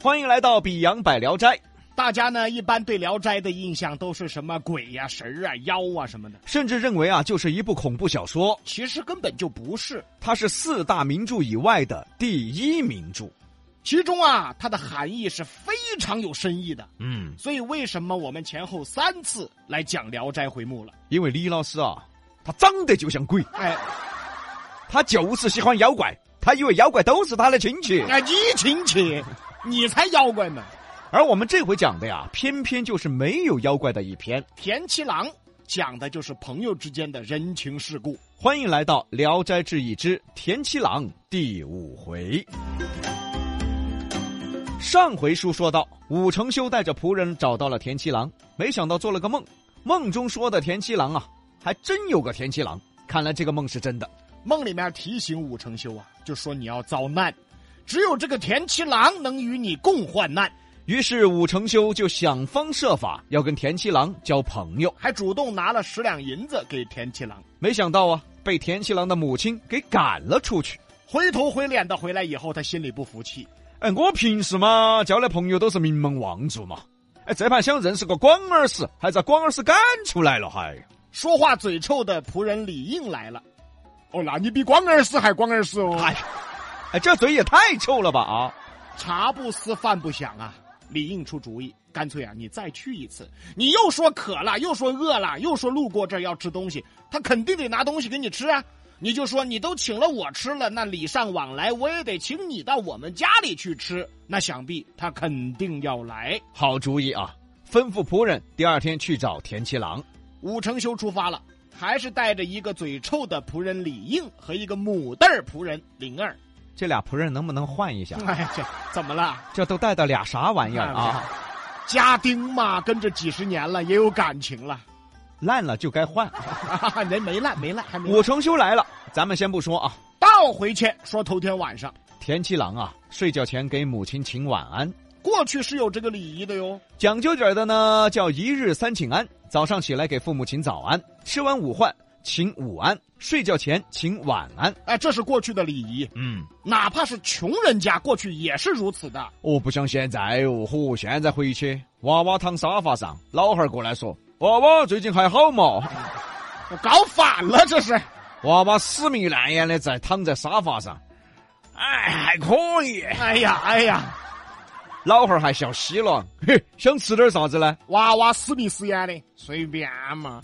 欢迎来到比洋百聊斋，大家呢一般对《聊斋》的印象都是什么鬼呀、神儿啊、妖啊什么的，甚至认为啊，就是一部恐怖小说，其实根本就不是。它是四大名著以外的第一名著。其中啊，它的含义是非常有深意的。嗯，所以为什么我们前后三次来讲《聊斋》回目了？因为李老师啊，他长得就像鬼，哎他就是喜欢妖怪，他以为妖怪都是他的亲戚。哎，你亲戚，你才妖怪呢！而我们这回讲的呀，偏偏就是没有妖怪的一篇。田七郎讲的就是朋友之间的人情世故。欢迎来到《聊斋志异》之《田七郎》第五回。上回书说到，武承修带着仆人找到了田七郎，没想到做了个梦，梦中说的田七郎啊，还真有个田七郎。看来这个梦是真的。梦里面提醒武承修啊，就说你要遭难，只有这个田七郎能与你共患难，于是武承修就想方设法要跟田七郎交朋友，还主动拿了十两银子给田七郎。没想到啊，被田七郎的母亲给赶了出去。灰头灰脸的回来以后，他心里不服气，哎，我平时嘛交的朋友都是名门望族嘛，哎，这盘想认识个广耳屎，还遭广耳屎赶出来了，还说话嘴臭的仆人李应来了。哦，那你比光二四还光二四哦！哎，哎，这嘴也太臭了吧啊！茶不思饭不想啊！李应出主意，干脆啊，你再去一次。你又说渴了，又说饿了，又说路过这儿要吃东西，他肯定得拿东西给你吃啊！你就说你都请了我吃了，那礼尚往来，我也得请你到我们家里去吃。那想必他肯定要来。好主意啊！吩咐仆人第二天去找田七郎。武承修出发了，还是带着一个嘴臭的仆人李应和一个母蛋儿仆人灵儿。这俩仆人能不能换一下？哎呀，这怎么了？这都带的俩啥玩意儿啊？家丁嘛，跟着几十年了，也有感情了。烂了就该换。啊，人没烂，没烂，还没烂武承修来了，咱们先不说啊。倒回去说，头天晚上田七郎啊，睡觉前给母亲请晚安，过去是有这个礼仪的哟。讲究点儿的呢，叫一日三请安。早上起来给父母请早安，吃完午饭请午安，睡觉前请晚安。哎，这是过去的礼仪，嗯，哪怕是穷人家，过去也是如此的。我不像现在哦，嚯，现在回去，娃娃躺沙发上，老汉儿过来说：“娃娃最近还好嘛我搞反了，这是。？”娃娃死命烂眼的在躺在沙发上，哎，还可以。哎呀，哎呀，老汉儿还笑稀了，嘿，想吃点啥子呢？娃娃死皮死眼的，随便嘛。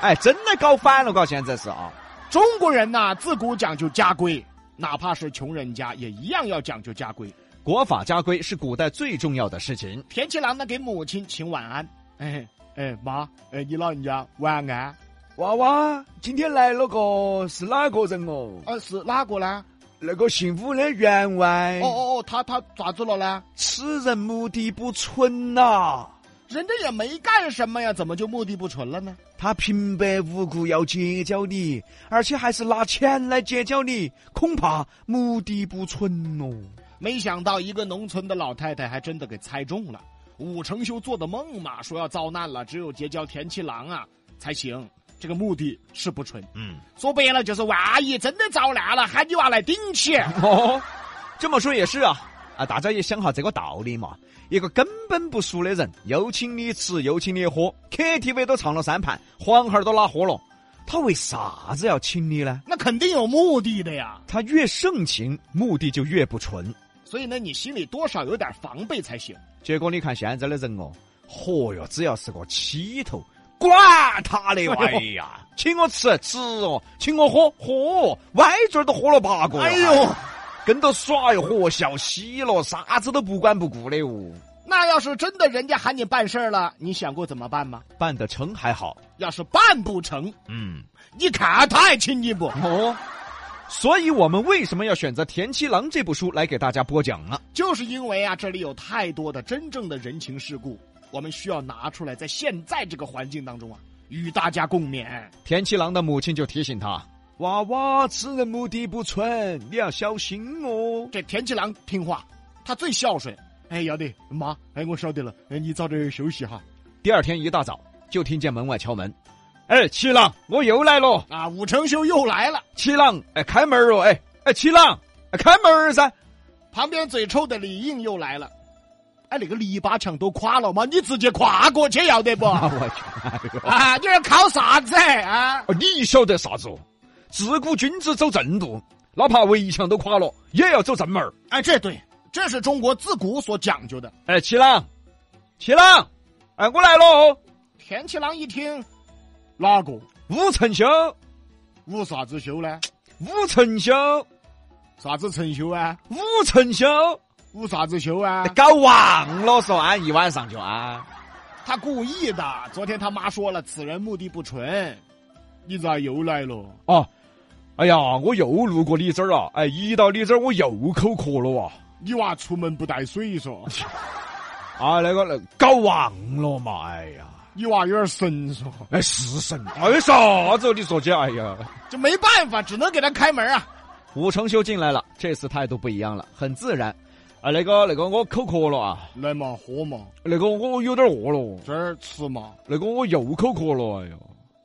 哎，真的搞反了，嘎，现在是啊。中国人呐、自古讲究家规，哪怕是穷人家，也一样要讲究家规。国法家规是古代最重要的事情。田七郎呢，给母亲请晚安。哎哎，妈，哎，你老人家晚安。娃娃，今天来了个是哪个人哦？呃，是哪个呢？那个幸福的员外哦哦哦，他他咋子了呢？此人目的不纯呐、人家也没干什么呀，怎么就目的不纯了呢？他平白无故要结交你，而且还是拿钱来结交你，恐怕目的不纯哦。没想到一个农村的老太太还真的给猜中了。武承修做的梦嘛，说要遭难了，只有结交田七郎啊才行。这个目的是不纯，嗯，说白了就是万一真的遭难了，喊你娃来顶起。哦，这么说也是啊。啊，大家也想下这个道理嘛。一个根本不熟的人，又请你吃，又请你喝，KTV 都唱了三盘，黄孩儿都拉喝了，他为啥子要请你呢？那肯定有目的的呀，他越盛情，目的就越不纯。所以呢，你心里多少有点防备才行。结果你看现在的人哦，嚯哟，只要是个起头，管他的！哎哎呦呀，请我吃吃哦，请我喝喝哦，歪嘴儿都喝了八个。哎呦，跟着耍哟，嚯，笑嘻了，啥子都不管不顾的哦。那要是真的人家喊你办事儿了，你想过怎么办吗？办得成还好，要是办不成，嗯，你看他还请你不？哦。所以我们为什么要选择《田七郎》这部书来给大家播讲呢？就是因为啊，这里有太多的真正的人情世故，我们需要拿出来，在现在这个环境当中啊，与大家共勉。田七郎的母亲就提醒他：“娃娃，此人目的不纯，你要小心哦。”这田七郎听话，他最孝顺。哎，要得，妈，哎，我晓得了，哎，你早点休息哈。第二天一大早就听见门外敲门，哎，七郎，我又来了。啊，武承修又来了，七郎，哎，开门儿哦，哎，哎，七郎，哎开门儿噻。旁边嘴臭的李应又来了。哎，那个篱笆墙都垮了嘛，你直接跨过去要得 不？ 啊，我去，哎呦啊，你这靠啥子啊？哦你晓得啥子？哦？自古君子走正路，哪怕围墙都垮了，也要走正门儿。哎，这对，这是中国自古所讲究的。哎，七郎，七郎，哎，我来了哦，田七郎一听，哪个吴承修，武啥子修呢？吴承修，啥子成修啊？吴承修，武啥子修 啊？搞忘了说，安一晚上啊就安。他故意的。昨天他妈说了，此人目的不纯。你咋又来了？哦，哎呀，我又路过你这儿啊，哎，一到你这儿我又口渴了哇。你娃出门不带水 嗦？啊，那个那搞忘了嘛，哎呀，你娃有点神嗦？哎，是神，哎啥子哦？你说起，哎呀。这没办法，只能给他开门啊！吴承修进来了，这次态度不一样了，很自然。啊，那个那个，我口渴了啊，来嘛，喝嘛，那个我有点饿了，这儿吃嘛。那个我又口渴了，哎呀，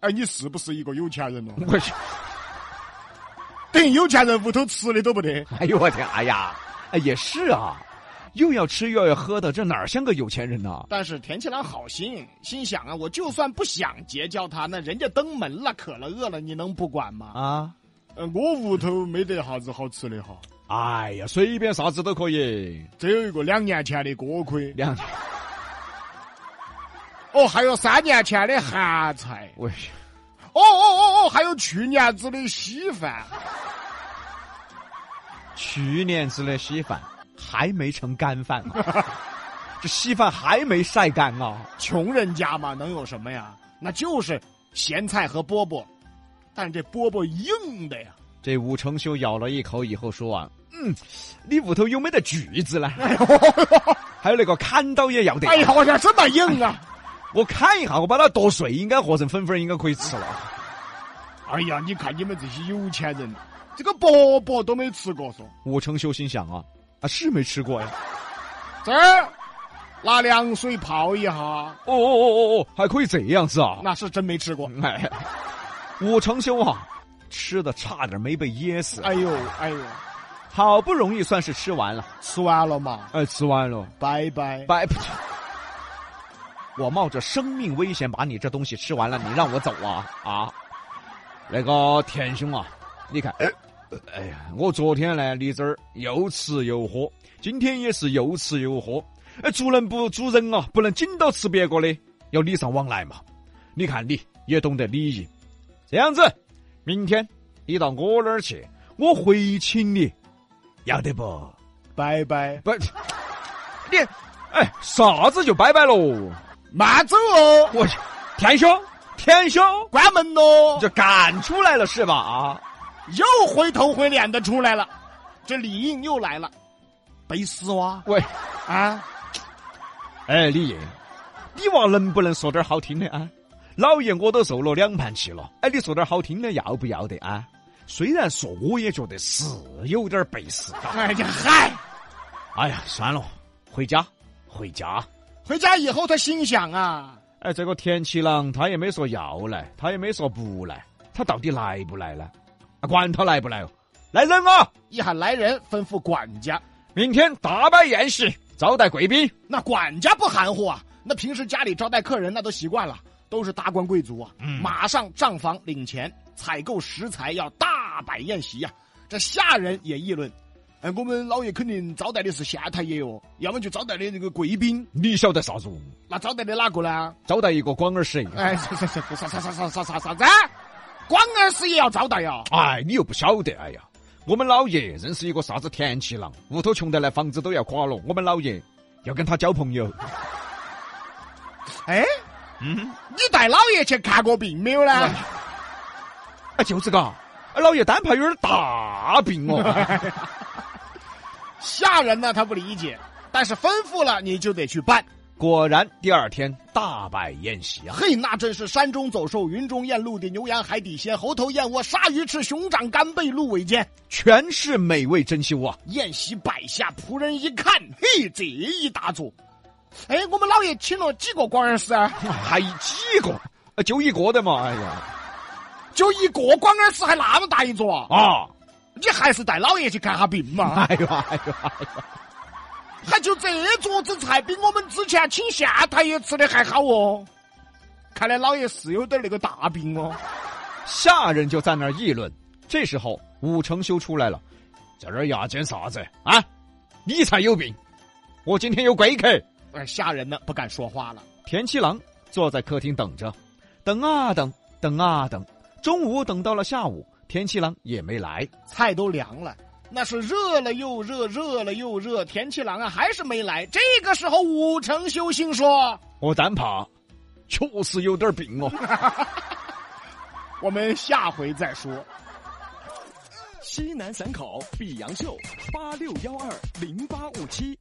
哎，你是不是一个有钱 人了？我去，等于有钱人屋头吃的都不得。 哎呦我天，哎呀，哎也是啊，又要吃又要喝的，这哪儿像个有钱人呐、但是田七郎好心，心想啊，我就算不想结交他，那人家登门了，渴了饿了，你能不管吗？啊？呃，我屋头没得啥子好吃的哈，哎呀，随便啥子都可以，这有一个两年前的锅盔，两天，哦，还有三年前的咸菜，我哦哦哦哦，还有去年子的稀饭，去年吃的稀饭还没成干饭、啊， 这稀饭还没晒干啊，穷人家嘛，能有什么呀？那就是咸菜和饽饽，但这饽饽硬的呀。这吴承修咬了一口以后说啊，嗯，你屋头有没得锯子 呢？哎呦，还有那个砍刀也要得。哎呀，我天，这么硬啊！我砍一下，我把它剁碎，应该和成粉粉，应该可以吃了。哎呀，你看你们这些有钱人，这个饽饽都没吃过嗦。吴承修心想啊，啊是没吃过呀。这儿拿凉水泡一下，哦哦哦哦哦，还可以这样子啊。那是真没吃过。哎，吴承修啊，吃的差点没被噎死，哎呦哎呦，好不容易算是吃完了。吃完了嘛，哎，吃完了，拜拜。拜。 我冒着生命危险把你这东西吃完了，你让我走啊啊！那个田兄啊，你看，哎哎呀，我昨天呢，你这儿又吃又喝，今天也是又吃又喝。哎，做人不做人啊，不能紧到吃别个的，要礼尚往来嘛。你看你也懂得礼仪，这样子，明天你到我那儿去，我回请你，要得不？拜拜，不，你哎，啥子就拜拜喽？慢走哦，我去，天兄，天兄，关门喽你，这赶出来了是吧？啊，又灰头灰脸的出来了。这李应又来了，背丝袜喂，啊，哎，李爷，你娃能不能说点好听的啊？老爷我都受了两盘气了，哎，你说点好听的要不要得啊？虽然说我也觉得是有点背时啊。哎呀嗨，哎呀，算了，回家，回家。回家以后他心想啊，哎，这个田七郎他也没说要来，他也没说不来，他到底来不来呢？啊，管他来不来哦，来人啊！一喊来人，吩咐管家。明天大摆宴席，招待贵宾。那管家不含糊啊，那平时家里招待客人那都习惯了，都是达官贵族啊。嗯马上账房领钱，采购食材要大摆宴席呀、这下人也议论，哎，我们老爷肯定招待的是县太爷哦，要么就招待的那个贵宾，你晓得啥子哦？那招待的哪个呢？招待一个广而十一。 哎，啥啥啥啥啥啥啥啥啥啥子？啊广二师也要招待哦呀？哎，你又不晓得，哎呀，我们老爷认识一个啥子田七郎，屋头穷得来房子都要垮了，我们老爷要跟他交朋友。哎，嗯，你带老爷去看过病没有呢？哎，就是嘎，哎老爷单怕有点大病哦。下人呢他不理解，但是吩咐了你就得去办。果然，第二天大摆宴席啊，嘿，那真是山中走兽，云中雁，陆地牛羊，海底鲜，猴头燕窝，鲨鱼翅，熊掌干贝，鹿尾尖。全是美味珍馐啊。宴席摆下，仆人一看，嘿，这一大桌。哎，我们老爷请了几个官儿师啊？嗯还几个？哎就一个的嘛，哎呀就一个官儿师还那么大一桌啊？啊！你还是带老爷去看下病嘛。哎呦哎呦哎呦！还就这桌子菜比我们之前请下台也吃的还好哦。看来老爷是有点那个大病哦。下人就在那儿议论。这时候，武成修出来了，在这儿牙尖啥子啊？你才有病！我今天有贵客。哎，吓人了，不敢说话了。田七郎坐在客厅等着，等啊等，等啊等，中午等到了下午，田七郎也没来。菜都凉了，那是热了又热，热了又热。田七郎啊，还是没来。这个时候，武成修心说我单怕，确实有点病哦。：“我们下回再说。西南散口碧阳秀八六幺二零八五七